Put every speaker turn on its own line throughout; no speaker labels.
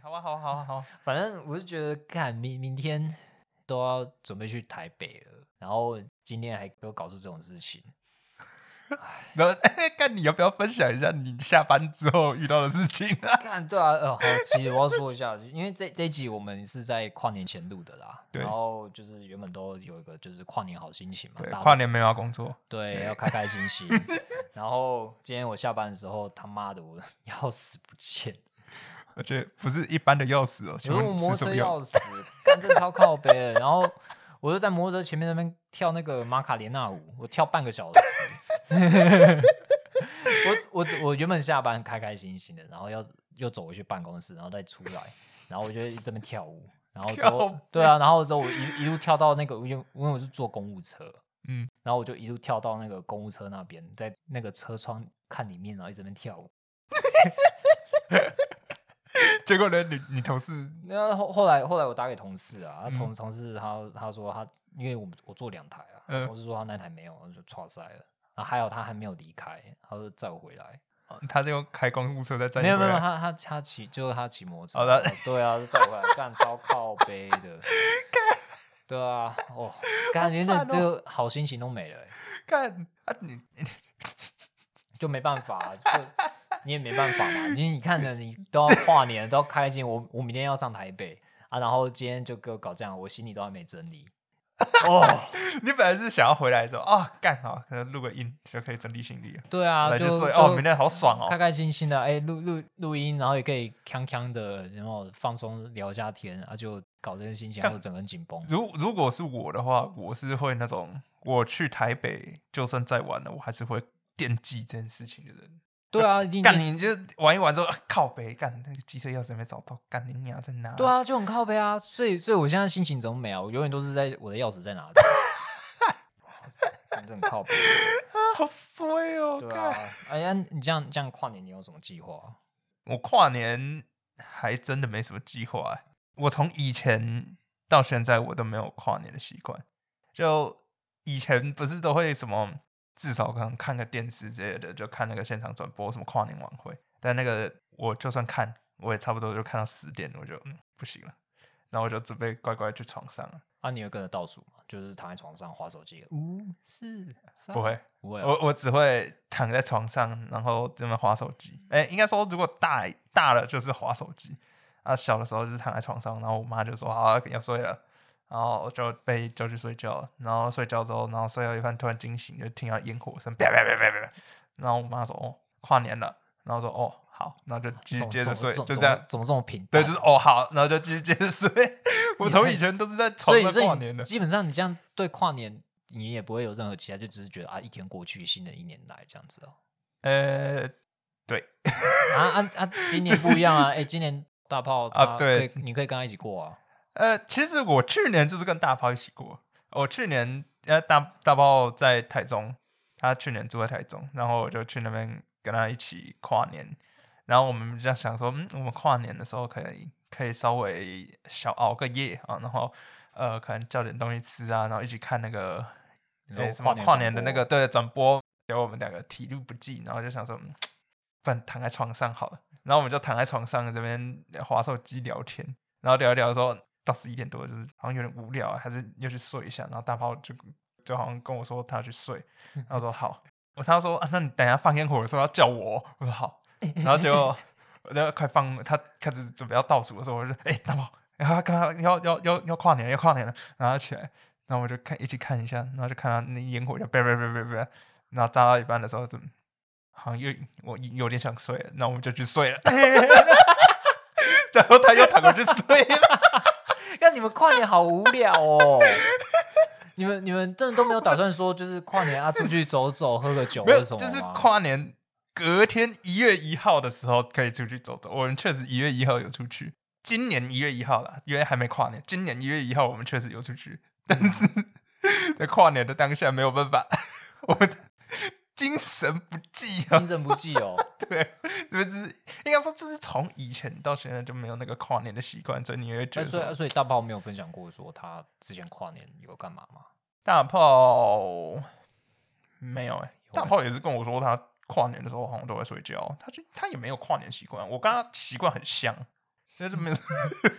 好啊，好啊，好啊，好啊。
反正我是觉得，看明明天都要准备去台北了，然后今天还给我搞出这种事情，
然后，看你要不要分享一下你下班之后遇到的事情 啊？
看对啊，呃，好，其实我要说一下，因为这这一集我们是在跨年前录的啦，
对
然后就是原本都有一个就是跨年好心情嘛，
对，
大家都
跨年没有要工作，
对要开开心心， 然后今天我下班的时候，他妈的我 的钥匙不见了。
而且不是一般的钥匙哦，请
有
问
我摩
你
托
是什
车
么
钥
钥匙？
匙，干这超靠背的。然后我就在摩托车前面那边跳那个马卡莲娜舞，我跳半个小时。 我我我原本下班开开心心的，然后要又走回去办公室，然后再出来，然后我就一直这边跳舞，然后之
靠
后
背
对啊，然后之后我一一路跳到那个，因为因为我是坐公务车，
嗯，
然后我就一路跳到那个公务车那边，在那个车窗看里面，然后一直在那边跳舞。
结果呢，你你同事
那后后来后来我打给同事啊，他同、同事他他说他因为我们我做两台啊，
嗯
同事说他那台没有，我就错塞了。然后还有他还没有离开，他说载我回来，
哦他就开公务车在载
没
你
有没
回
有，
来，哦
他他他骑就是他骑摩托车，
好的
对啊，载我回来，干超靠背 的，对啊，哦，感觉
惨
那
哦
这个好心情都没了欸、
看啊你
就没办法啊，就你也没办法嘛。你你看着你都要跨年了，都要开心，我我明天要上台北啊，然后今天就给我搞这样，我行李都还没整理。哦，
你本来是想要回来的时候啊，干好，可能录个音就可以整理行李了，
对啊，
来
就
就说
就
哦，明天好爽哦
开，开心心的，哎，录录录音，然后也可以锵锵的，然后放松聊一下天，啊，就搞这些心情，然后整个人紧绷。
如如果是我的话，我是会那种我去台北，就算再晚了，我还是会惦记这件事情的人。
对啊，一定
干你就玩一玩之后，啊靠北干那个机车钥匙没找到，干你娘在哪？
对，啊，就很靠背啊，所以所以我现在心情怎么美啊？我永远都是在我的钥匙在 哪里， 真的很靠背。
啊，好衰哦！
对啊
干，
哎呀，你这样这样跨年你有什么计划啊？
我跨年还真的没什么计划欸、我从以前到现在，我都没有跨年的习惯。就以前不是都会什么，至少可能看个电视之类的，就看那个现场转播什么跨年晚会。但那个我就算看，我也差不多就看到十点，我就嗯不行了，然后我就准备乖乖去床上了。
啊，你有跟着倒数吗？就是躺在床上划手机，五四三，
不会，哦
不会啊，
我我只会躺在床上，然后这么划手机。哎、应该说如果大大了就是划手机，啊，小的时候就是躺在床上，然后我妈就说好要睡了，然后我就被叫去睡觉了，然后睡觉之后，然后睡到一半突然惊醒，就听到烟火声，啪啪啪啪啪，然后我妈说哦跨年了，然后说哦好，然后就继续
总
接着睡，
总
就这样
总，总总这么平
对，
淡，啊
就是哦好，然后就继续接着睡。 我从以前都是在床
所以
上
所
跨
以
年的
你，基本上你这样对跨年你也不会有任何期待，就只是觉得啊，一天过去，新的一年来这样子哦。
呃，对，
啊啊啊！今年不一样啊，哎，今年大炮
啊
他
对
可以你可以跟他一起 过啊。
呃，其实我去年就是跟大炮一起过。我去年呃，大大炮在台中，他去年住在台中，然后我就去那边跟他一起跨年。然后我们就想说，嗯，我们跨年的时候可以可以稍微小熬个夜啊，然后呃，可能叫点东西吃啊，然后一起看那个
你
呃
说
什么
跨年
跨年的
转
那
播
个对转播，结果我们两个体力不济，然后就想说，嗯，不然躺在床上好了。然后我们就躺在床上这边划手机聊天，然后聊一聊的时候到十一点多，就是好像有点无聊，啊还是又去睡一下。然后大炮就就好像跟我说他要去睡，然后我说好，我他说、啊、那你等一下放烟火的时候要叫我哦，我说好，然后结果我就快放，他开始准备要倒数的时候，我就哎、大炮，然后他刚刚要要要要跨年要跨年了，然后他起来，然后我就看一起看一下，然后就看到那烟火就叭叭叭叭叭，然后炸到一半的时候就。好像又我有点想睡了，那我们就去睡了。 然后他又躺过去睡了。
那你们跨年好无聊哦！你们你们真的都没有打算说，就是跨年啊，出去走走，喝 个酒
没
或
有，
者什么吗？
就是跨年隔天一月一号的时候可以出去走走。我们确实一月一号有出去，今年一月一号啦，因为还没跨年。今年一月一号我们确实有出
嗯
去，但是在跨年的当下没有办法，我们精神不 济啊
精。神不济哦。
对，这是应该说，这是从以前到现在就没有那个跨年的习惯，所以你会觉
哎
得
所
说
以所以大炮没有分享过说他之前跨年有干嘛吗？
大炮没有哎、大炮也是跟我说他跨年的时候好像都在睡觉，他就他也没有跨年习惯，我跟他习惯很像，那就没 有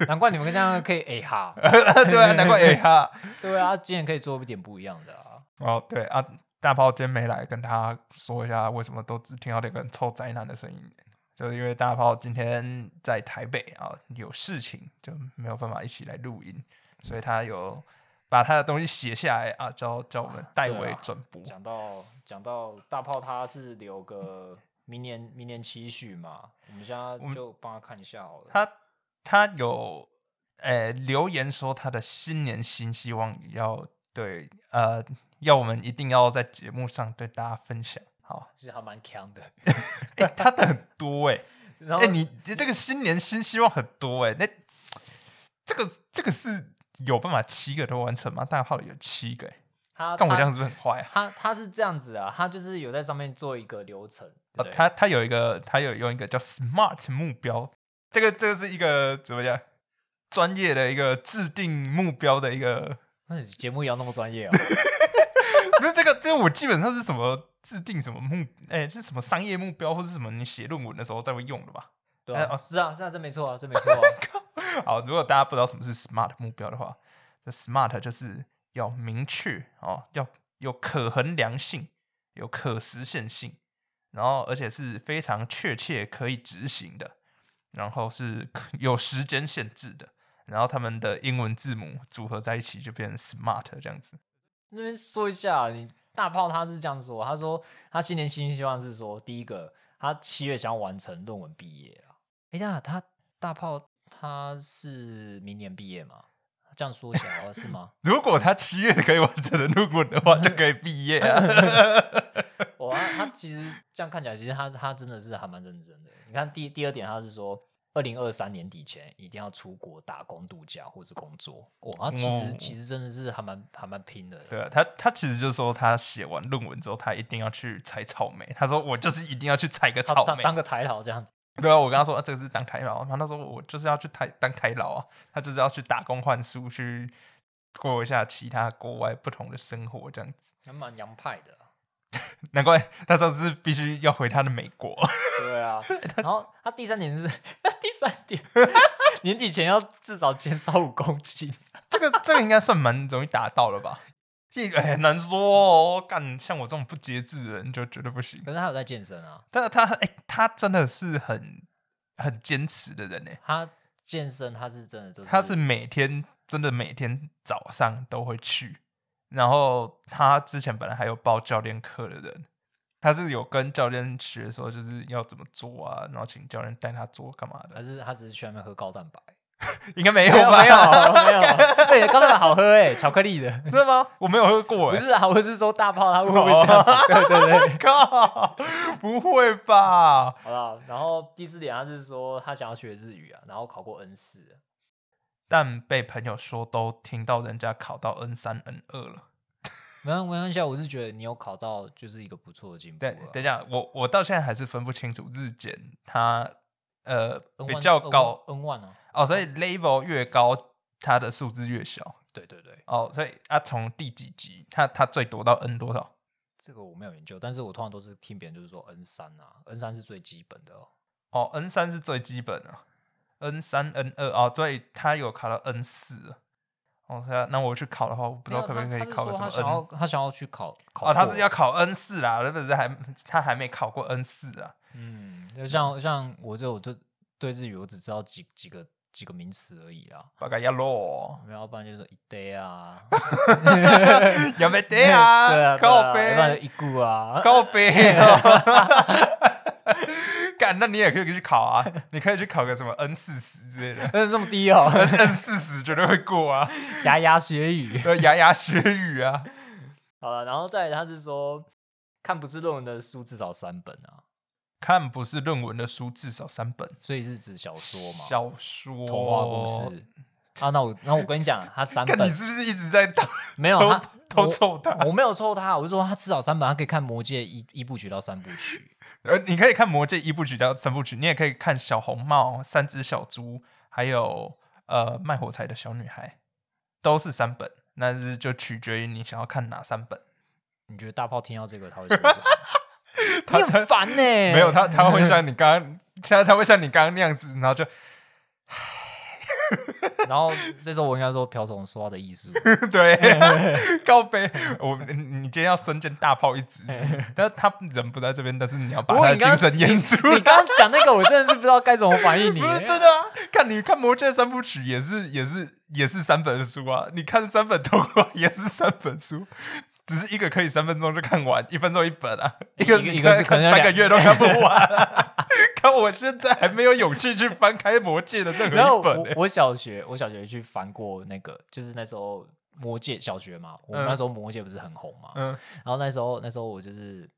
难怪你们这样可以 A 哈，
对啊， 难怪哎哈。
对啊，今年可以做一点不一样的啊。
哦，对啊，大炮今天没来，跟他说一下为什么都只听到那个臭宅男的声音，就是因为大炮今天在台北啊有事情，就没有办法一起来录音，所以他有把他的东西写下来啊，交交我们代为转播。
讲到讲到大炮，他是留个明年明年期许嘛，我们现在就帮他看一下好了。
他他有呃留言说他的新年新希望要对呃要我们一定要在节目上对大家分享。好，
其实还蛮强 的，
哎、他的很多哎、
然后
哎、你这这个新年新希望很多哎、那这个这个是有办法七个都完成吗？大炮有七个、欸，
他
但我
他
这样是不是很坏啊？
他他是这样子啊，他就是有在上面做一个流程，对
呃，他他有一个，他有用一个叫 SMART 目标，这个这个是一个怎么讲？专业的一个制定目标的一个，
那你节目也要那么专 业哦，
不是这个，这个我基本上是什么制定什么目，哎、是什么商业目标或是什么你写论文的时候才会用的吧？
对
哎
啊，
哦
是啊是啊，这没错啊，这没错啊，
好，如果大家不知道什么是 SMART 目标的话，这 SMART 就是要明确哦，要有可衡量性，有可实现性，然后而且是非常确切可以执行的，然后是可有时间限制的，然后他们的英文字母组合在一起就变成 SMART 这样子。
那边说一下，啊你大炮他是这样说，他说他新年新希望是说，第一个他七月想要完成论文毕业啊。哎、那他大炮他是明年毕业吗？这样说起来是 吗？
如果他七月可以完成的论文的话，就可以毕业啊。
哇，他其实这样看起来，其实他他真的是还蛮认真的。你看第第二点，他是说。二零二三年底前一定要出国打工度假或是工作，哇，他其实、
哦
其实真的是还蛮还蛮拼的。
对啊，他他其实就说他写完论文之后，他一定要去采草莓。他说我就是一定要去采个
他
草
当
莓。
当个台佬这样子，
对啊，我跟他说、啊、这个是当台劳，他那时候我就是要去台当台劳啊，他就是要去打工换宿，去过一下其他国外不同的生活这样子。
还蛮洋派的啊、
难怪他上次必须要回他的美国，
对啊， 然后他第三点是第三点， 年底前要至少减少五公斤。
这个这个应该算蛮容易达到了吧？这个很难说哦，干像我这种不节制的人就绝对不行。
可是他有在健身啊，
但是他哎、他真的是很很坚持的人呢、欸
他健身他是真的就是
他是每天真的每天早上都会去，然后他之前本来还有报教练课的人，他是有跟教练学说就是要怎么做啊，然后请教练带他做干嘛的
还，是他只是去外面喝高蛋白？
应该没有
没有
吧？
没有 没有，对，高蛋白好喝哎、巧克力的。
真的 吗？我没有喝过、
不
欸，
是啊，我是说大炮他会不会这样子？ 对对对，
靠，不会吧？
好了。然后第四点，他是说他想要学日语啊，然后考过啊 N 四，
但被朋友说都听到人家考到 N 三 N 二了。
没关没关系啊，我是觉得你有考到就是一个不错的进步、啊
等。等一下，我我到现在还是分不清楚日检它呃
N1
比较高
N one 啊，
哦，所以 level 越高，它的数字越小。
对对对。
哦，所以它从第几级，它它最多到 n 多少？
这个我没有研究，但是我通常都是听别人就是说 N 三啊，N 三是最基本的哦。
哦，n 三是最基本的，n 三 n 二哦，所以它有考到 n 四。哦，那那我去考的话，我不知道可不可以考个什么
他想
n
要他想要去考考
哦，他
过
是要考 n 四啦，那不是还他还没考过 n 四啊？
嗯，就像像我这我就对日语我只知道几几个几个名词而已啦，
大概要 落，
然后不然就是一 day 啊，
要没得啊？
对啊，对啊
靠
要不然
背
就一顾啊，
告 别哦。 干，那你也可以去考啊！你可以去考个什么 N 四十之类的
真的这么 低哦，
，N 四十绝对会过啊！
牙牙学语。
呃，牙牙学语啊，
好了，然后再来他是说看不是论文的书至少三本啊，
看不是论文的书至少三本，
所以是指小说嘛，
小说、
童话故。事。啊，那我那我跟你讲，他三
看
本
你是不是一直在偷
没有
偷
他
偷
我
凑他？
我没有抽他，我是说他至少三本，他可以看《魔戒》一一部曲到三部曲。
呃，你可以看《魔戒》一部曲到三部曲，你也可以看《小红帽》《三只小猪》，还有呃卖火柴的小女孩，都是三本。那是就取决于你想要看哪三本。
你觉得大炮听到这个他会说 什么？你很烦呢、欸
没有，他他会像你刚刚，现在他会像你刚刚那样子，然后就
然后这时候我应该说瓢虫说话的艺术，
对， 告背，我你你今天要身兼大炮一职，但是他人不在这边，但是你要把
不过
他的
你刚
精
刚
神演出
你刚刚讲那个，我真的是不知道该怎么反应你
不。是真的啊！看你看《魔戒》三部曲也是也是也是三本书啊，你看三本童话也是三本书，只是一个可以三分钟就看完，一分钟一本啊，一个
一个
你
一个是
看
可能
三个
两
月都看不完、 啊。 看我现在还没有勇气去翻开《魔戒》的任
然
何
后
一本欸
我
呢、
我小学我小学去翻过那个，就是那时候魔戒小学嘛，我们
嗯
那时候魔戒不是很红嘛，
嗯
然后那时候那时候我就是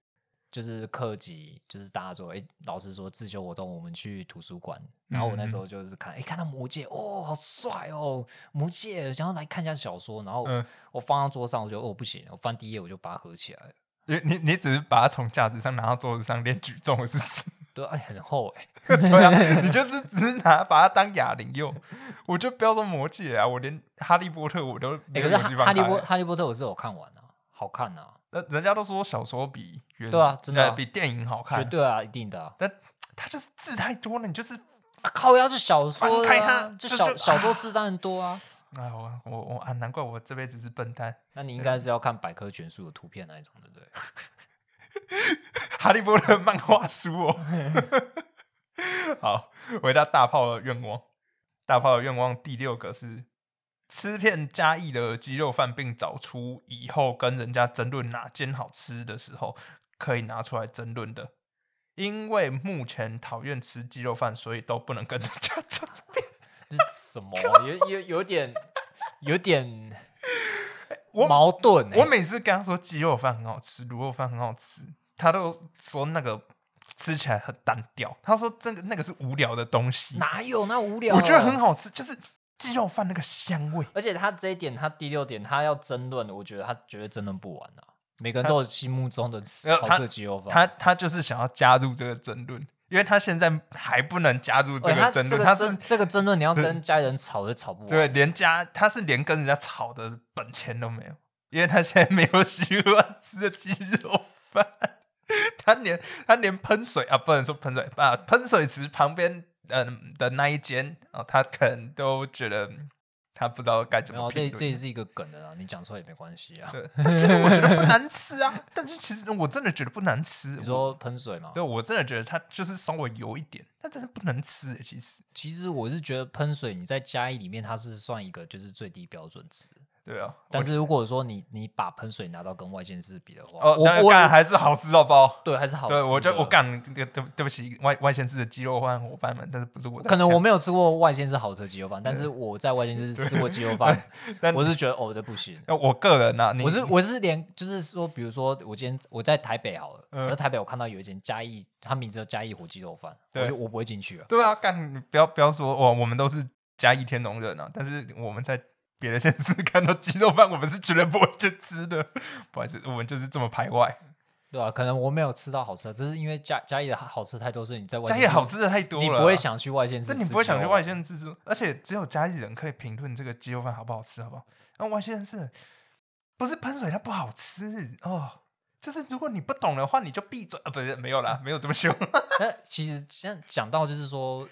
就是课级，就是大家说，哎、老师说自修活动，我们去图书馆。然后我
嗯
那时候就是看，哎、看到魔戒，哦，好帅哦，魔戒，想要来看一下小说。然后
嗯
我放到桌上，我就哦不行，我翻第一页我就把它合起来了。
你你你只是把它从架子上拿到桌子上练举重了，是不是？
对，哎，很厚哎、
对 啊，你就是只是拿把它当哑铃用。我就不要说魔戒啊，我连哈利波特我都没有
诶哎可是
勇
哈
气翻
哈利
开
波哈利波特我是有看完啊，好看啊，
那人家都说小说比原
对啊真的啊
呃比电影好看，
绝。对啊，一定的啊。
但它就是字太多了，你就是
啊靠，要是小说
翻
的
开
啊、
它
就
就
小
就
小说字当然 多啊。
哎，我我我啊，难怪我这辈子是笨蛋。
那你应该是要看百科全书的图片那一种，对不对？
哈利波特漫画书哦。 好，回到大炮的愿望。大炮的愿望第六个是吃遍嘉义的鸡肉饭，并找出以后跟人家争论哪间好吃的时候可以拿出来争论的。因为目前讨厌吃鸡肉饭，所以都不能跟人家争。
这是什么？啊有有有点有点
我
矛盾、欸。
我每次跟他说鸡肉饭很好吃，卤肉饭很好吃，他都说那个吃起来很单调。他说这个那个是无聊的东西，
哪有那无聊？
我觉得很。好吃，就是鸡肉饭那个香味。
而且他这一点，他第六点，他要争论，我觉得他绝对争论不完啊。每个人都有心目中的吃
呃
好
他
吃的鸡肉饭。
他他就是想要加入这个争论，因为他现在还不能加入这
对他
个争
这
论，
个
他
争
是嗯
这个争论，你要跟家人吵都吵不完。
对连加他是连跟人家吵的本钱都没有，因为他现在没有喜欢吃的鸡肉饭， 他连他连喷水啊，不能说喷水啊，喷水池旁边嗯的那一间啊、他可能都觉得嗯他不知道该怎
没
么
有，这
评
这
论。
也是一个梗的啦，你讲出来也没关系啊。
对，但其实我觉得不难吃啊，但是其实我真的觉得不难吃。
你
我
说喷水嘛
对，？我真的觉得它就是稍微油一点，但真的不能吃欸其实，
其实我是觉得喷水你在嘉义里面它是算一个就是最低标准值，
对啊。
但是如果说你你把喷水拿到跟外县市比的话，
哦，
我
但
我
干还是好吃到爆。
对还是好吃
对，
的。
我就我干，对对对不起，外外县市的鸡肉饭伙伴们，但是不是我在
可能
呛
我没有吃过外县市好吃的鸡肉饭，但是我在外 县市吃过鸡肉饭
但，
我是觉得哦，这不行。
呃我个人呐、啊，你
我是我是连就是说，比如说我今天我在台北好了，
嗯
我在台北我看到有一间嘉义，它名字叫嘉义火鸡肉饭，
对
我就我不会进去啊。
对啊，干你不要不要说我我们都是嘉义天龙人啊，但是我们在别的县市 看到鸡肉饭，我们是绝对不会去吃的。 不好意思，我们就是这么排外。
对吧、可能我没有吃到好吃的，这是因为嘉嘉义的好吃太多，所以你在外
嘉
县
义
市
好，吃的太多了
你
啊、
不会想去外县市
这
吃鸡
你
肉
不会
饭，啊
想去外县市吃，而且只有家里人可以评论这个鸡肉饭好不好吃，好不好？然后外县市不是喷水，它不好吃哦。就是如果你不懂的话，你就闭嘴啊！不是没有啦，
嗯
没有这么凶。
那其实像讲到就是说，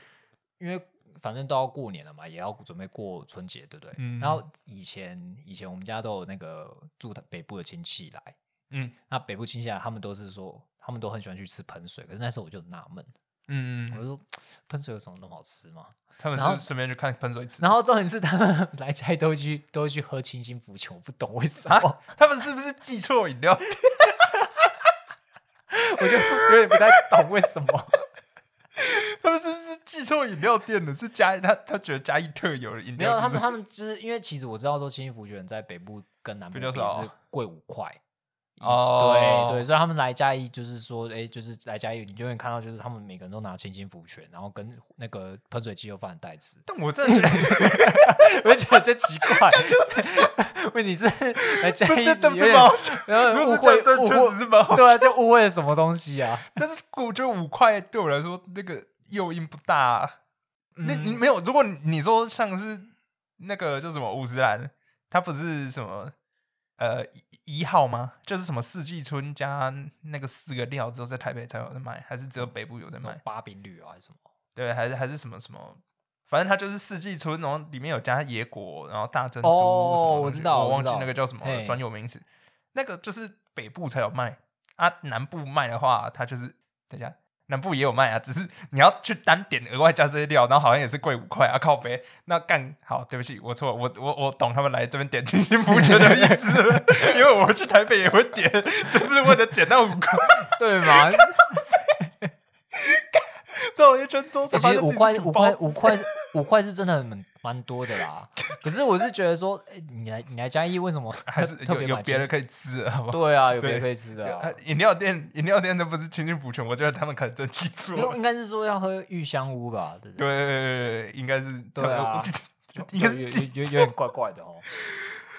因为反正都要过年了嘛，也要准备过春节，对不对？
嗯
然后以前以前我们家都有那个住北部的亲戚来，
嗯
那北部亲戚来，他们都是说他们都很喜欢去吃喷水，可是那时候我就纳闷，我
嗯，
就说喷水有什么那么好吃吗？
他们
然后
是顺便去看喷水池
然后重点是他们 来家里都会去都会去喝清新福酒，我不懂为什
啊
么，？
他们是不是记错饮料？
我就有点不太懂为什么。
他们是不是记错饮料店了？是嘉义他他觉得嘉义特有的饮
没 有，
料
他
店，
们他们就是因为其实我知道说清新福卷在北部跟南部
比
比
较少
是贵五 块。一
哦
对对，所以他们来嘉义就是说，哎，就是来嘉义，你就会看到，就是他们每个人都拿清新福卷，然后跟那个喷水鸡肉饭的
，
袋子
但我真的觉 得
而且这奇 怪，问题是 来嘉义
这这
有
这
点
蛮好笑。
然
如
后
果
误
是这样，这
会误
确实
会，
是蛮好
对啊，就误会了什么东西啊？
但是我觉得五块对我来说那个诱因不大、啊。那
嗯
你没有？如果你你说像是那个叫什么五十岚，它不是什么呃一一号吗？就是什么四季春加那个四个料之后，在台北才有在卖，还是只有北部有在卖？
八饼旅啊还是什么？
对，还是还是什么什么反正它就是四季春，然后里面有加野果，然后大珍珠
哦
什么东西
我知道
我
我
忘
知
记
道
那个叫什么了
嘿
专有名词。那个就是北部才有卖啊，南部卖的话，它就是等一下，南部也有卖啊，只是你要去单点额外加这些料，然后好像也是贵五块啊，靠北。那干好，对不起，我错了，我我我懂他们来这边点清新不觉的意思了，因为我去台北也会点，就是为了减那五块，
对嘛？
绕一圈之后才
欸
发现
其实
自己
五
是
块
土
五
包
块
子
五块是五块是真的蛮蛮多的 啦。可是我是觉得说，欸你来你来嘉义为什么
还是
特
有
别
有
买
别
清
的可以吃了，好不好？
对啊，有
对
别的可以吃的啊
呃。饮料店，饮料店这不是情绪补全，我觉得他们可能真记错
没有
了。
应该是说要喝玉香屋吧？对不
对
对，
对对对，应该是
对啊
应该是
有
记
有有有点怪怪的哦。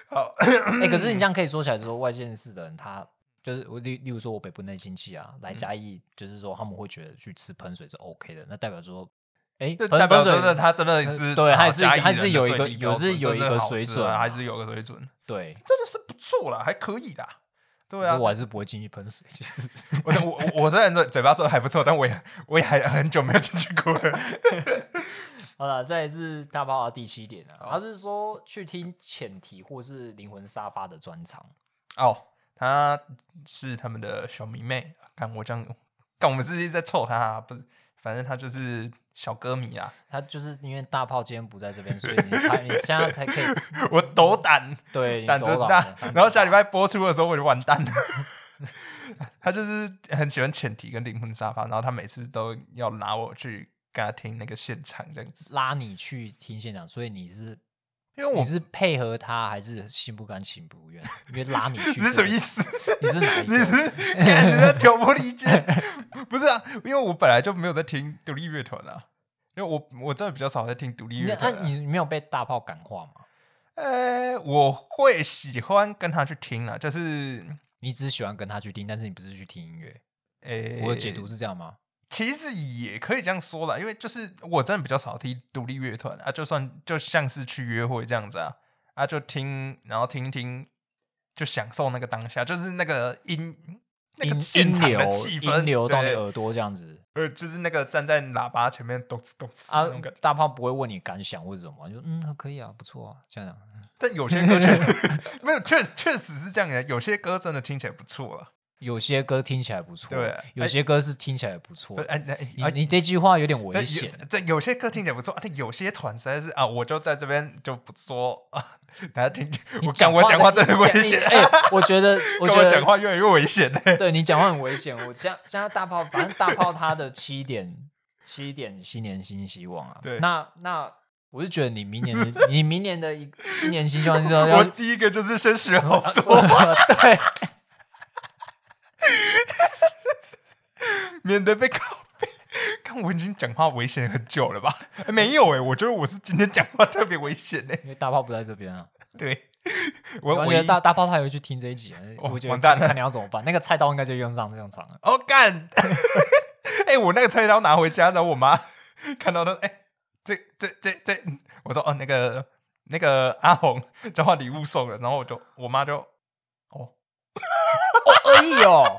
好。
哎，可是你这样可以说起来，就是说外县市的人他。就是我例例如说，我北部那亲戚啊，来嘉义，就是说他们会觉得去吃喷水是 OK 的，那代表说，哎、
这
喷
代表
喷水
真的，他真的是
呃对还
好
是
嘉义
还
人
是
的
有
最
一个
低
有
标
是
准
有
真
一
的
个
好
水
吃
准
啊还
嘛
是有个水准，
对，
真的是不错啦，还可以啦。对
可
啊，
是我
我
还是不会进去喷水，就是
我我我虽然说嘴巴说还不错，但我也我也还很久没有进去过了。
好了，再来是大包的第七点啊，
好
他是说去听浅提或是灵魂沙发的专场，
哦，她是他们的小迷妹，看我这样，看我们是一直在臭她、啊，不是，反正她就是小歌迷啊 啦。
他就是因为大炮今天不在这边，所以你 才你现在才可以
我斗胆，
对你
胆子
懂了
大
胆子，
然后下
大
礼拜播出的时候我就完蛋了。 他就是很喜欢浅提跟灵魂沙发，然后他每次都要拉我去跟他听那个现场这样子，
拉你去听现场，所以你是
因为我
你是配合他还是心不甘情不愿？因为拉你去，
你是什么意？思？
你是哪一
你
个？
是看你在挑拨离间？ 不是啊，因为我本来就没有在听独立乐团啊，因为我我真的比较少在听独立
那
乐
那
团、啊。
你没有被大炮感化吗？
呃，我会喜欢跟他去听啊，就是
你只喜欢跟他去听，但是你不是去听音乐。
诶，
我的解读是这样吗？
其实也可以这样说啦，因为就是我真的比较少听独立乐团啊，就算就像是去约会这样子啊，啊就听，然后听一听，就享受那个当下，就是那个音那
音
个现
音
场
流
的气氛
音流到你
对
耳朵这样子。
呃，就是那个站在喇叭前面咚哧咚哧
啊
那种感觉。，
大炮不会问你感想或者什么，就嗯可以啊，不错啊，这样啊。
但有些歌确实 没有，确确实是这样的，有些歌真的听起来不错啊了。
有些歌听起来不错，
对哎
有些歌是听起来不错
不。哎哎
你
哎，
你这句话有点危
但
险
有，这有些歌听起来不错，但有些团实在是啊，我就在这边就不说 啊，大家听，
你
我讲我讲话真的危
你
险，
哎，我觉 得，我
跟
觉
我讲
得，
话越来越危险嘞。
对你讲话很危险。我现现在大炮，反正大炮他的七点，七点新年新希望啊。
对
那那我是觉得你明年的，你明年的一新年新希望是呃 要
我
要
第一个就是先学好 说，
对。
免得被拷贝。看我已经讲话危险很久了吧？ 哎没有哎、我觉得我是今天讲话特别危险嘞、
因为大炮不在这边啊，
对，
我
我
觉
我
得
一
大大炮他也会去听这一集啊，
哦
我觉得
完蛋了
看你要怎么办。那个菜刀应该就用上用 场了。
哦干， 哎、我那个菜刀拿回家，然后我妈 看到她，哎、这这这这，我说哦，那个那个阿红交换礼物送了，然后我就我妈就 哦，
可以哦，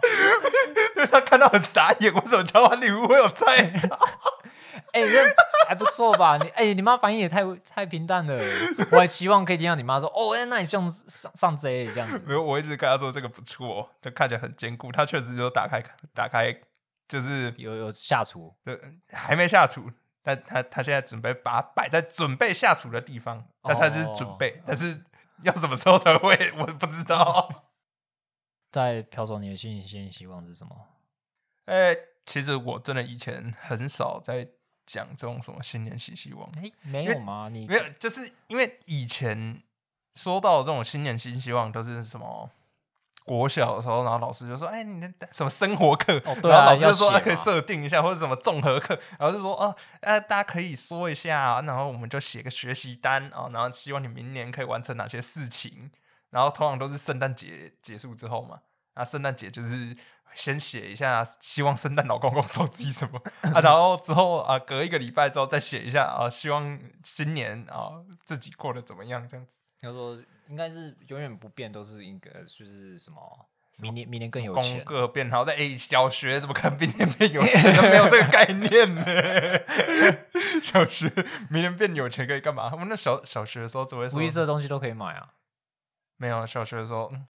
因为她看到很傻眼，为什么交换礼物会有菜刀？
哎、这还不错吧？你哎、你妈反应也太太平淡了，我还期望可以听到你妈说，哦，哎那你用上上 J 这样子，
没有，我一直跟她说这个不错哦，就看起来很坚固，她确实就打开打开，就是
有有下厨，
呃还没下厨。但她她现在准备把它摆在准备下厨的地方，但她是准备，但是要什么时候才会，我不知道。
在飘走你的新新希望是什么？
哎、其实我真的以前很少在讲这种什么新年新希望，
哎、没有吗？你
没有，就是因为以前说到这种新年新希望，都是什么国小的时候，然后老师就说：“哎、你的什么生活课？”
哦对
然后
啊
老师就说：“
要写嘛
啊、可以设定一下，或者什么综合课。”然后就说：“哦，呃，大家可以说一下，然后我们就写个学习单哦，然后希望你明年可以完成哪些事情。”然后通常都是圣诞节结束之后嘛，啊，圣诞节就是先写一下，希望圣诞老公公送自己什 么啊，然后之后啊，隔一个礼拜之后再写一下啊，希望新年啊自己过得怎么样这样子。
他说应该是永远不变，都是一个就是什么明年明年更有
功
钱。
课变好，但哎、小学怎么可能明年变有钱？没有这个概 念呢。小学明年变有钱可以干嘛？我们那小小学的时候只会
福利
说
社的东西都可以买啊，
没有，小学的时候嗯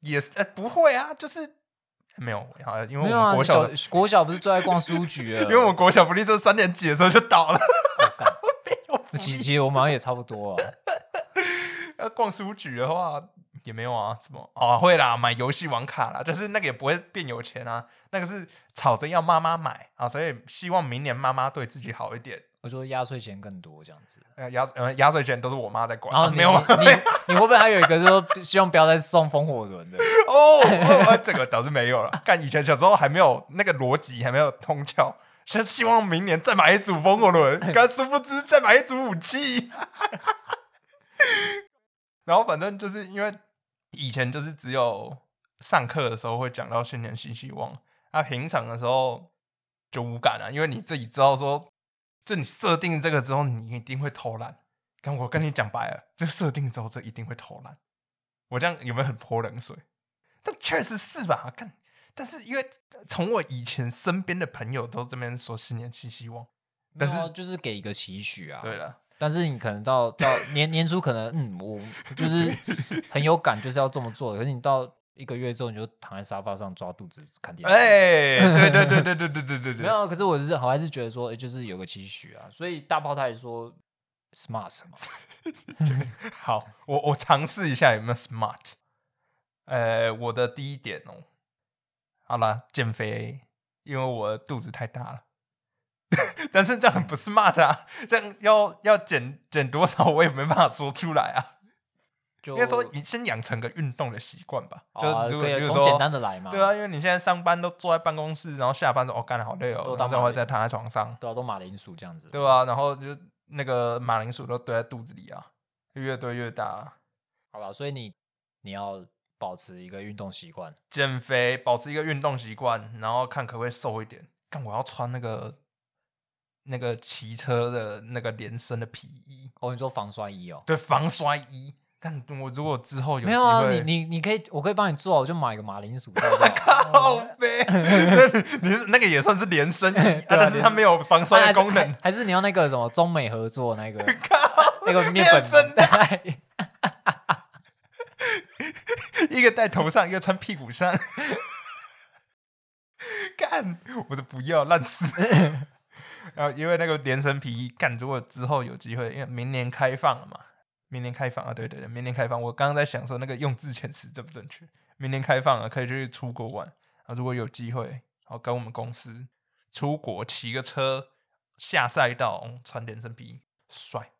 也是、呃不会啊，就是没有啊，因
没
为
有
我
啊，
们
你
国小的、
小国小不是最爱逛书局了？
因为我们国小福利社三年级的时候就倒了，
哦 我其实其实我们好像也差不多啊。
要逛书局的话也没有啊，什么哦会啦，买游戏网卡啦，就是那个也不会变有钱啊，那个是吵着要妈妈买啊，所以希望明年妈妈对自己好一点。
我说压岁钱更多这样子，
呃压呃压岁钱都是我妈在管，
然后
啊
哦 你
没有啊
你你会不会还有一个说希望不要再送风火轮的？
哦哦， 啊这个倒是没有了。干以前小时候还没有那个逻辑，还没有通窍，先希望明年再买一组风火 轮，干殊不知再买一组武器。 然后反正就是因为以前就是只有上课的时候会讲到新年新希望，那、平常的时候就无感啊了、因为你自己知道说，就你设定这个之后，你一定会偷懒。但我跟你讲白了，这设定之后，这一定会偷懒。我这样有没有很泼冷水？但确实是吧？看，但是因为从我以前身边的朋友都这边说新年新希望，但是
没有啊就是给一个期许啊。
对了，
但是你可能到到年年初，可能嗯，我就是很有感，就是要这么做的。可是你到一个月之后，你就躺在沙发上抓肚子看电视。
哎、对对对对对对对对
没
对，
有，可是我是我还是觉得说，诶就是有个期许啊。所以大炮他也说 smart 什么，
好，我我尝试一下有没有 smart。呃，我的第一点哦，好了，减肥，因为我肚子太大了。 但是这样
嗯
很不 smart 啊，这样要要减减多少我也没办法说出来啊。
就
应该说你先养成个运动的习惯吧，
啊，
就如
可
果
以
比如
从简
说
单的来嘛。
对啊，，因为你现在上班都坐在办公室，然后下班说哦干的好累哦
都，
然
当
后会
马
再躺在床上，
对啊，都马铃薯这样子。
对吧、然后就那个马铃薯都堆在肚子里啊，越堆越大啊、
好吧，所以你你要保持一个运动习惯。
减肥，保持一个运动习惯，然后看可不可以瘦一点。但我要穿那个那个骑车的那个连身的皮衣，
哦，你说防摔衣哦？
对，防摔衣。但我如果之后有
没
机
有啊，
会，
你你你可以，我可以帮你做啊，我就买一个马铃薯袋就好了。
靠
哦
呗，你是那个也算是连身衣啊，但是它没有防摔
还
的
啊是
功能
还，还是你要那个什么中美合作 那个那个面
面
粉
粉
袋，
一个戴头上，一个穿屁股上。干，我的不要烂死。然后因为那个连身皮衣，干，如果之后有机会，因为明年开放了嘛，明年开放啊，对对对，明年开放。我刚刚在想说那个用字遣词正不正确？明年开放了，可以去出国玩啊。如果有机会，好跟我们公司出国骑个车下赛道，嗯穿连身皮衣，帅。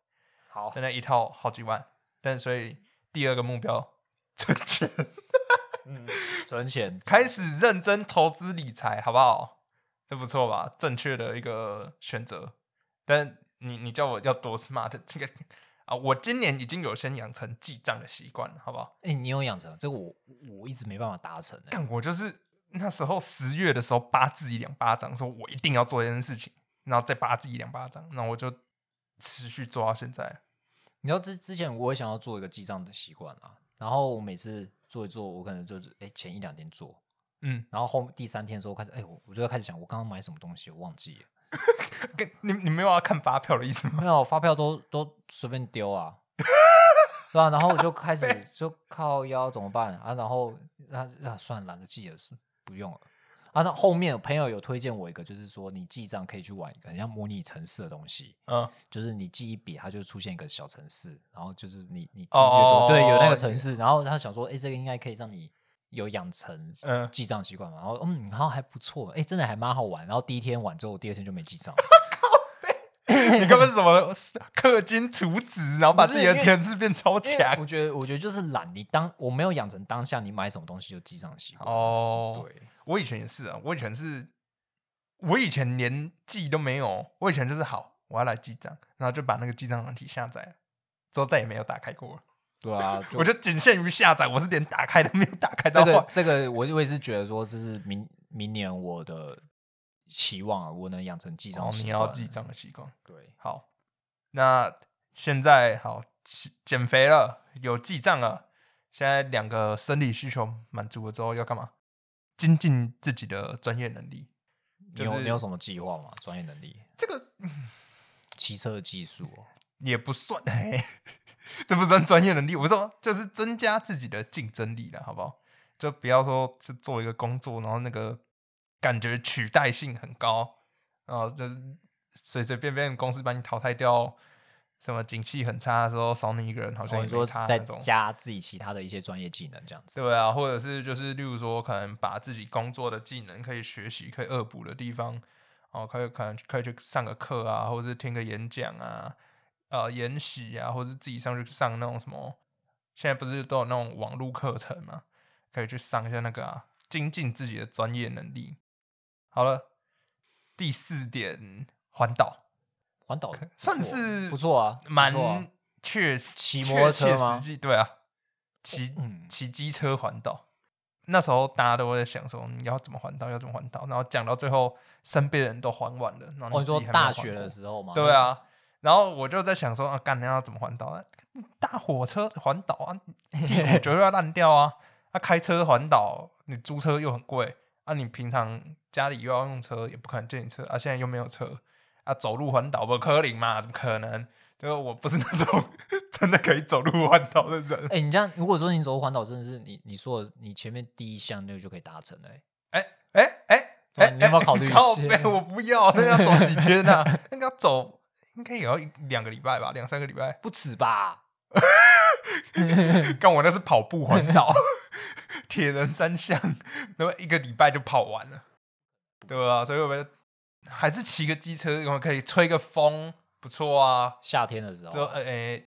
好
但那一套好几万，但所以第二个目标存钱。
存钱。
开始认真投资理财，好不好？这不错吧？正确的一个选择。但你你叫我要多 smart 这个啊，我今年已经有先养成记账的习惯了，好不好？
哎、你有养成这个我我一直没办法达成、欸，
但我就是那时候十月的时候扒自己两巴掌，说我一定要做这件事情，然后再扒自己两巴掌，那我就持续做到现在。
你知道之之前我也想要做一个记账的习惯啊，然后我每次做一做，我可能就是哎、前一两天做，
嗯，
然后后第三天的时候开始，哎、我我就会开始想我刚刚买什么东西，我忘记了，
跟你你没有要看发票的意思吗？
没有发票都都随便丢 啊，对啊，然后我就开始就靠腰怎么办啊？然后啊啊，算了，懒得记了，是不用了。啊，那后面朋友有推荐我一个，就是说你记账可以去玩一个很像模拟城市的东西，
嗯，
就是你记一笔，它就出现一个小城市，然后就是你你记越
哦
多，对，有那
哦
个城市，然后他想说，哎、这个应该可以让你有养成
嗯
记账习惯嘛，然后嗯，然后还不错，哎、真的还蛮好玩，然后第一天玩之后，第二天就没记账了，
你根本是什么氪金储值，然后把
不
自
是
己的
因为
钱是变超
因为
强
我觉得，我觉得就是懒。你当我没有养成当下你买什么东西就记账的习惯。
哦。
对，
我以前也是啊，我以前是，我以前连记都没有，我以前就是好，我要来记账，然后就把那个记账软体下载了，之后再也没有打开过了。
对啊，
我就仅限于下载，我是连打开都没有打开到
这
换。
个这个，我我也是觉得说，这是明明年我的期望啊，我能养成记
然后
账习
哦你
惯。
要记账的习惯，
对，
好，那现在好减减肥了，有记账了，现在两个生理需求满足了之后，要干嘛？精进自己的专业能力。
你
就
有
是
你有什么计划吗？专业能力、
这个
骑车技术哦、
也不算， 嘿这不算专业能力。我说就是增加自己的竞争力了，好不好？就不要说是做一个工作，然后那个感觉取代性很高，然后就是随随便便公司把你淘汰掉，什么景气很差的时候少你一个人，好像
哦，
也
你说
没差
再
那种。
加自己其他的一些专业技能这样子。
对啊，或者是就是例如说，可能把自己工作的技能可以学习、可以恶补的地方，哦，可以可能可以去上个课啊，或者是听个演讲啊，呃，研习啊，或者是自己上去上那种什么，现在不是都有那种网络课程嘛，可以去上一下那个啊，精进自己的专业能力。好了，第四点，环岛
环岛不错
算是
不错啊，不错
蛮
啊
确实
骑摩托车
确切
吗
实际对啊，骑
嗯
骑机车环岛。那时候大家都会在想说，你要怎么环岛，要怎么环岛，然后讲到最后，身边的人都环完了，然后
哦，你
自己
说
还没有
大
环
学
过
的时候吗？
对，啊，然后我就在想说，啊，干，那要怎么环岛啊？大火车环岛啊，屁股绝对要烂掉啊！啊，开车环岛，你租车又很贵，啊，你平常家里又要用车，也不可能借你车，啊，现在又没有车，啊，走路环岛不可能嘛？怎么可能？就是我不是那种 真的可以走路环岛的人。
哎、你这样，如果说你走环岛，真的是你你说的你前面第一项那个就可以达成了、欸。
哎哎哎
对
哎
啊，你有没有
哎
考虑一
靠
些
背我不要，那要走几天 啊？那个要走应该也要一两个礼拜吧，两三个礼 拜。
不止吧？
干我那是跑步环岛， 铁人三项，那么一个礼拜就跑完了，对吧、所以我们还是骑个机车，我们可以吹个风，不错啊。
夏天的时候
就呃诶、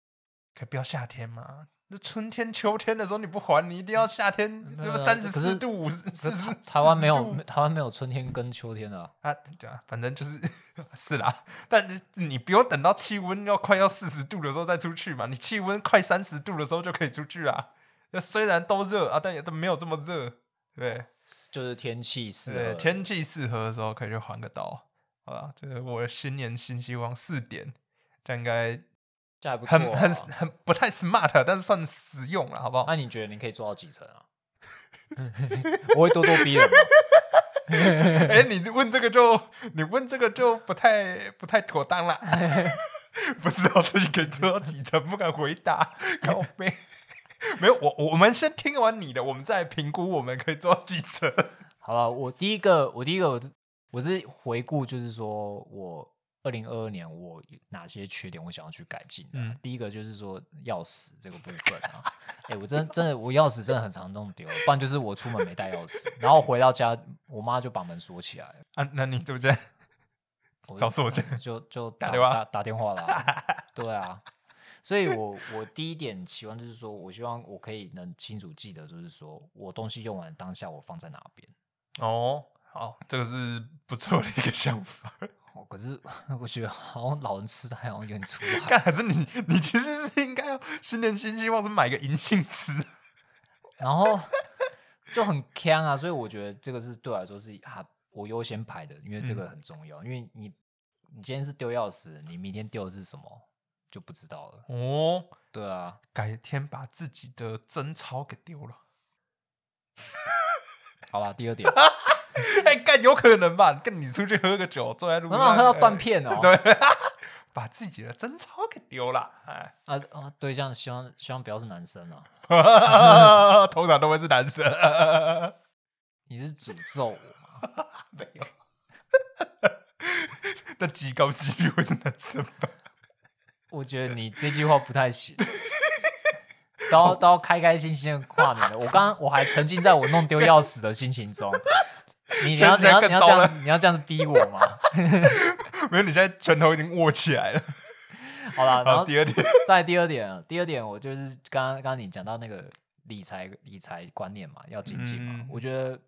可不要夏天嘛。那春天、秋天的时候你不还，你一定要夏天，那么
呃
三十
可是
四度、五十
可
四
是
十
台。台湾没有
40度
台湾没有春天跟秋天的啊、
啊，对啊，反正就是 是啦，但是你不用等到气温要快要四十度的时候再出去嘛，你气温快三十度的时候就可以出去啦。那虽然都热啊，但也都没有这么热，对
就是天气适合
对，天气适合的时候可以去环个岛，好吧？这、是我的新年新希望四点，这样应该
这还不错、
很、
啊。
很很不太 smart，但是算实用了，好不好？
那你觉得你可以做到几成啊？ 我会咄咄逼人啊吗？
哎、你问这个就你问这个就不太不太妥当啦，不知道自己可以做到几成，不敢回答，靠背。 没有，我我们先听完你的，我们再评估我们可以做到几成。
好吧，我第一个，我第一个，我我是回顾，就是说我二零二二年我有哪些缺点我想要去改进的啊、
嗯
第一个就是说钥匙这个部分啊，哎、我真真的我钥匙真的很常弄丢，不然就是我出门没带钥匙，然后回到家，我妈就把门锁起来了，
啊，那你怎么讲？
我
找锁匠
就就打
打电话
打打电话啦、 对啊。所以我，我第一点期望就是说，我希望我可以能清楚记得，就是说我东西用完当下我放在哪边。
哦，好，这个是不错的一个想法。
哦，可是 我觉得好像老人痴呆好像有点出来。
但还是你，你其实是应该要新年新希望是买个银杏吃。
然后就很坑啊，所以我觉得这个是对我来说是啊，我优先排的，因为这个很重要。因为你你今天是丢钥匙，你明天丢的是什么就不知道了。
哦，
对啊，
改天把自己的贞操给丢了。
好吧，第二点，
哎，干有可能吧？跟你出去喝个酒，坐在路
我
上
好喝到断
哎
片哦。
对， 把自己的贞操给丢了，哎，
啊啊，对象希望希望不要是男生啊，
通常都会是男生，
你是诅咒我吗？
没有， 但极高几率会是男生吧？
我觉得你这句话不太行。 都
哦
要都要开开心心的跨年了。我刚刚我还沉浸在我弄丢钥匙的心情中。 你你要你
现在
要
更
你要
糟
这样
了
子你要这样子逼我吗？
没有，你现在拳头已经握起来了。
好啦，然
好，
后
第二点，
再第二点啊，第二点我就是刚刚刚刚你讲到那个理财理财观念嘛，要精进嘛。
嗯
我觉得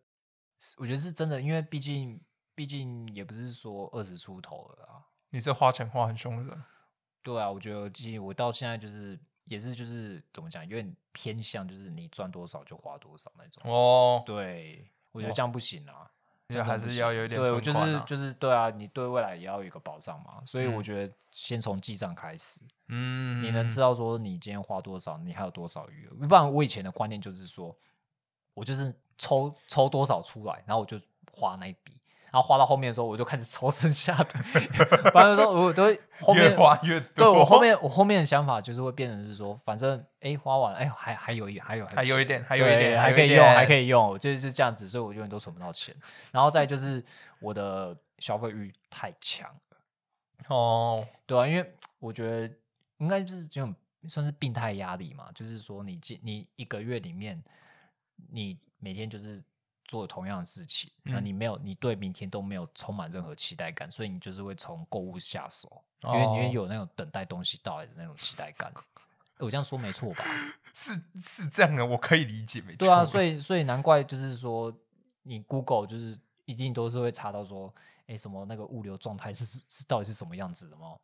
是我觉得是真的，因为毕竟毕竟也不是说二十出头了啊，
你是花钱花很凶的人，
对啊，我觉得其实我到现在就是也是就是怎么讲，有点偏向就是你赚多少就花多少那种。
哦，
对，我觉得
哦
这样不行啊。
就还是要有一点
对，我
存
就
款
是
啊。
就是对啊，你对未来也要有一个保障嘛。所以我
嗯
觉得先从记账开始，
嗯，
你能知道说你今天花多少，你还有多少余额。不然我以前的观念就是说，我就是抽抽多少出来，然后我就花那一笔。然后花到后面的时候，我就开始抽剩下的。 反正说，我都会后面
越花越 多。
对我后面我后面的想法就是会变成是说，反正哎花完了哎还还有一还有
还有一点，还
还
有一点，
还可以
有一
用
点
还可以用，就是就是这样子，所以我永远都存不到钱。然后再就是我的消费欲太强了，
哦。
对啊，因为我觉得应该就是这种算是病态压力嘛，就是说你今你一个月里面你每天就是。做同样的事情，那
嗯
你没有，你对明天都没有充满任何期待感，所以你就是会从购物下手。因为你会
哦
有那种等待东西到来的那种期待感。我这样说 没错吧？
是是这样的，我可以理解，没错。
对啊，所以所以难怪就是说，你 Google 就是一定都是会查到说，哎，什么那个物流状态是是是到底是什么样子的吗？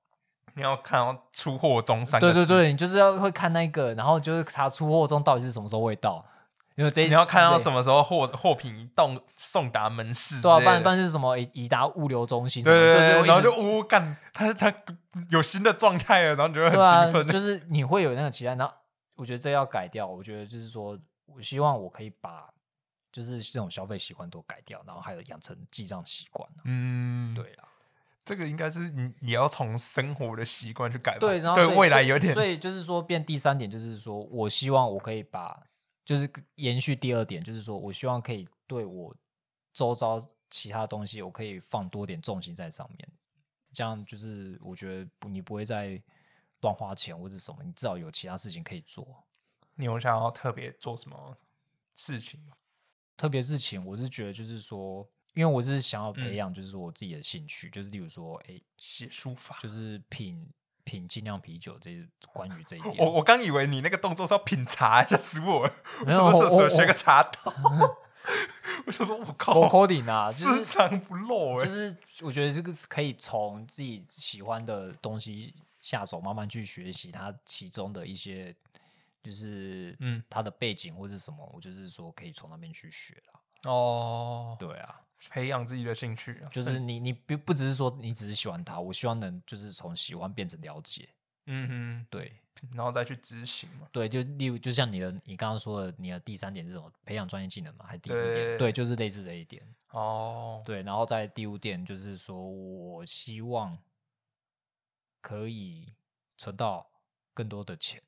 你要看到出货中三
对
个
对
字，
对，你就是要会看那个，然后就是查出货中到底是什么时候会到，因为这
你要看到什
么？
么时候货货品到送达门市之
对啊，
类
不然
的，
不然就是什么已已达物流中心什
对
么的，
对对
都是
对，
会一
然后
直
就呜干，他他有新的状态了，然后你就会很
对啊
兴，奋。
就是你会有那个期待。然后我觉得这要改掉。我觉得就是说，我希望我可以把就是这种消费习惯都改掉，然后还有养成记账习惯啊、
嗯，，
对啦，
这个应该是你也要从生活的习惯去改吧。
对，然后
对
所以
未来
所以
有点
所以就是说，变第三点就是说我希望我可以把，就是延续第二点，就是说我希望可以对我周遭其他东西，我可以放多点重心在上面。这样就是我觉得不，你不会再乱花钱或者什么，你至少有其他事情可以做。
你有想要特别做什么事情吗？
特别事情，我是觉得就是说，因为我是想要培养，就是说我自己的兴趣，就是例如说，哎、
嗯写书法。
就是品品精酿啤酒这一关于这一点，
我我刚以为你那个动作是要品茶，吓死我了！我
没有
想说
我
是不是
我
有学个茶道， 我想说我
我
靠，
coding 啊，就
深
是
藏不露
就
哎。
是我觉得这个是可以从自己喜欢的东西下手，慢慢去学习它其中的一些，就是
嗯
它的背景或是什么，我就是说可以从那边去学了。
哦，
对啊，
培养自己的兴趣啊，
就是你你不不只是说你只是喜欢它，我希望能就是从喜欢变成了解，
嗯
对。
哼，然后再去执行嘛。
对，就例如，就像你的，你刚刚说的，你的第三点是什么？培养专业技能嘛，还是第四点？
对
对，就是类似这一点。
哦，
对，然后在第五点就是说，我希望可以存到更多的钱，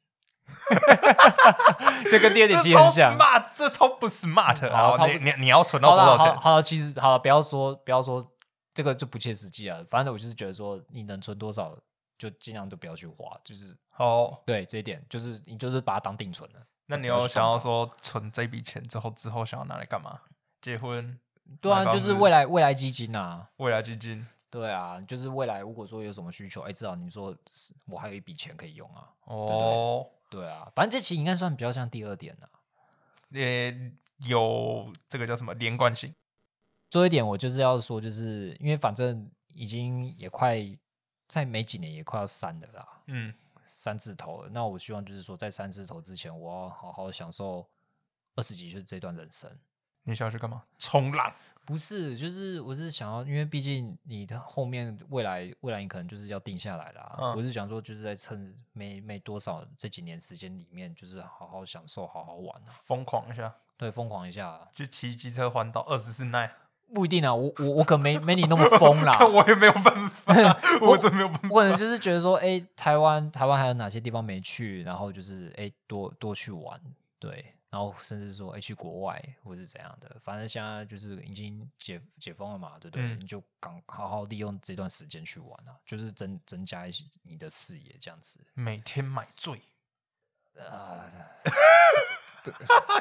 就跟第二点
这
其实很
超
像。
smart，这超不 smart
好
啊！
超
你
不
你你要存到
好
多
了，
少
好，
钱？
好了，其实好了，不要说，不要说这个就不切实际啊。反正我就是觉得说，你能存多少就尽量就不要去花，就是
好，
对这一点，就是你就是把它当定存了。
那你
不要
有
去
想
动
要
它
说存这笔钱之后，之后想要拿来干嘛？结婚？
对
买，
啊
房
就是
子
未来未来基金啊。
未来基金？
对啊，就是未来如果说有什么需求，哎、至少你说是我还有一笔钱可以用啊。
哦，
对啊，反正这期应该算比较像第二点啦、
呃，有这个叫什么连贯性？
最后一点我就是要说，就是因为反正已经也快在没几年也快要三了啦，
嗯，
三字头了。那我希望就是说，在三字头之前，我要好好享受二十几岁这段人生。
你想要去干嘛？冲浪？
不是，就是我是想要，因为毕竟你的后面未来未来你可能就是要定下来啦。
嗯
我是想说，就是在趁没没多少这几年时间里面，就是好好享受，好好玩啊，
疯狂一下，
对，疯狂一下啊。
就骑机车环岛二十四耐。
不一定啊，我我我可没没你那么疯 啦。
看我也没有办法，我真没有办法。
我可能就是觉得说，哎、台湾台湾还有哪些地方没去，然后就是哎、多多去玩，对，然后甚至说哎、去国外或是怎样的，反正现在就是已经解解封了嘛，对不对？
嗯
你就刚好好利用这段时间去玩啊，就是增增加一些你的视野这样子。
每天买醉，
啊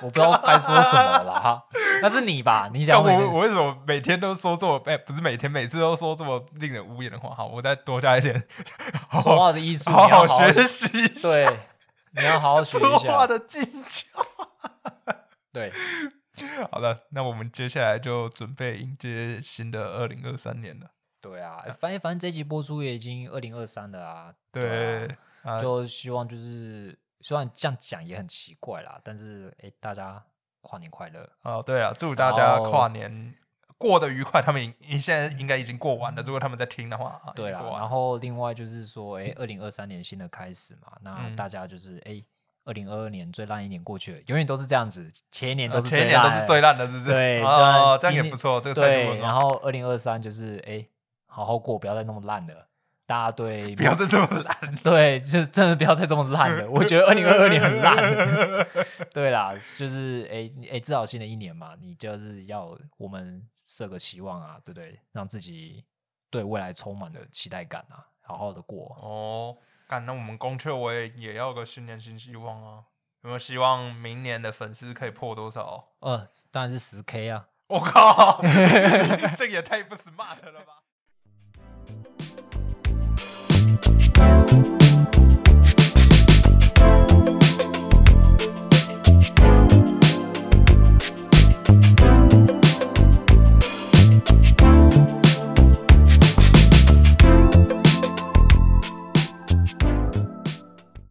我不知道该说什么了哈，那是你吧？你
但
想
我
问
我为什么每天都说这么哎、不是每天每次都说这么令人无言的话？好，我再多加一点，好
说
好
话的艺术，你
好
要好
学习一下
对，你要好好学一
说话
下，
的技巧。
对。
好的，那我们接下来就准备迎接新的二零二三年了。
对啊，反正反正这一集播出也已经二零二三了啊，
对
啊
啊，
就希望就是虽然这样讲也很奇怪啦，但是哎、诶大家跨年快乐，
哦，对啊，祝大家
然后
跨年过得愉快，他们应应现在应该已经过完了。如果他们在听的话，啊
对
已经
啦
过，完
然
了
后另外就是说，哎，二零二三年新的开始嘛，那
嗯
大家就是哎，二零二二年最烂一年过去了，永远都是这样子，前一年都
呃
是
前一
最
年
烂
都是最烂的，是不是？
对
哦，这
虽然今
样也
年
不错，这个态度
对，
很
然
好，
后二零二三就是哎，好好过，不要再那么烂了。大家 对
不要再这么烂。
对，就是真的不要再这么烂了。我觉得二零二二年很烂。 对啦，就是诶诶，至少新的一年嘛，你就是要我们设个期望啊，对不对？让自己对未来充满了期待感啊，好好的过。
哦，干，那我们公雀我也也要个新年新希望啊！有没有希望明年的粉丝可以破多少？
呃，当然是十 K 啊。
我靠， 这个也太不 smart 了吧！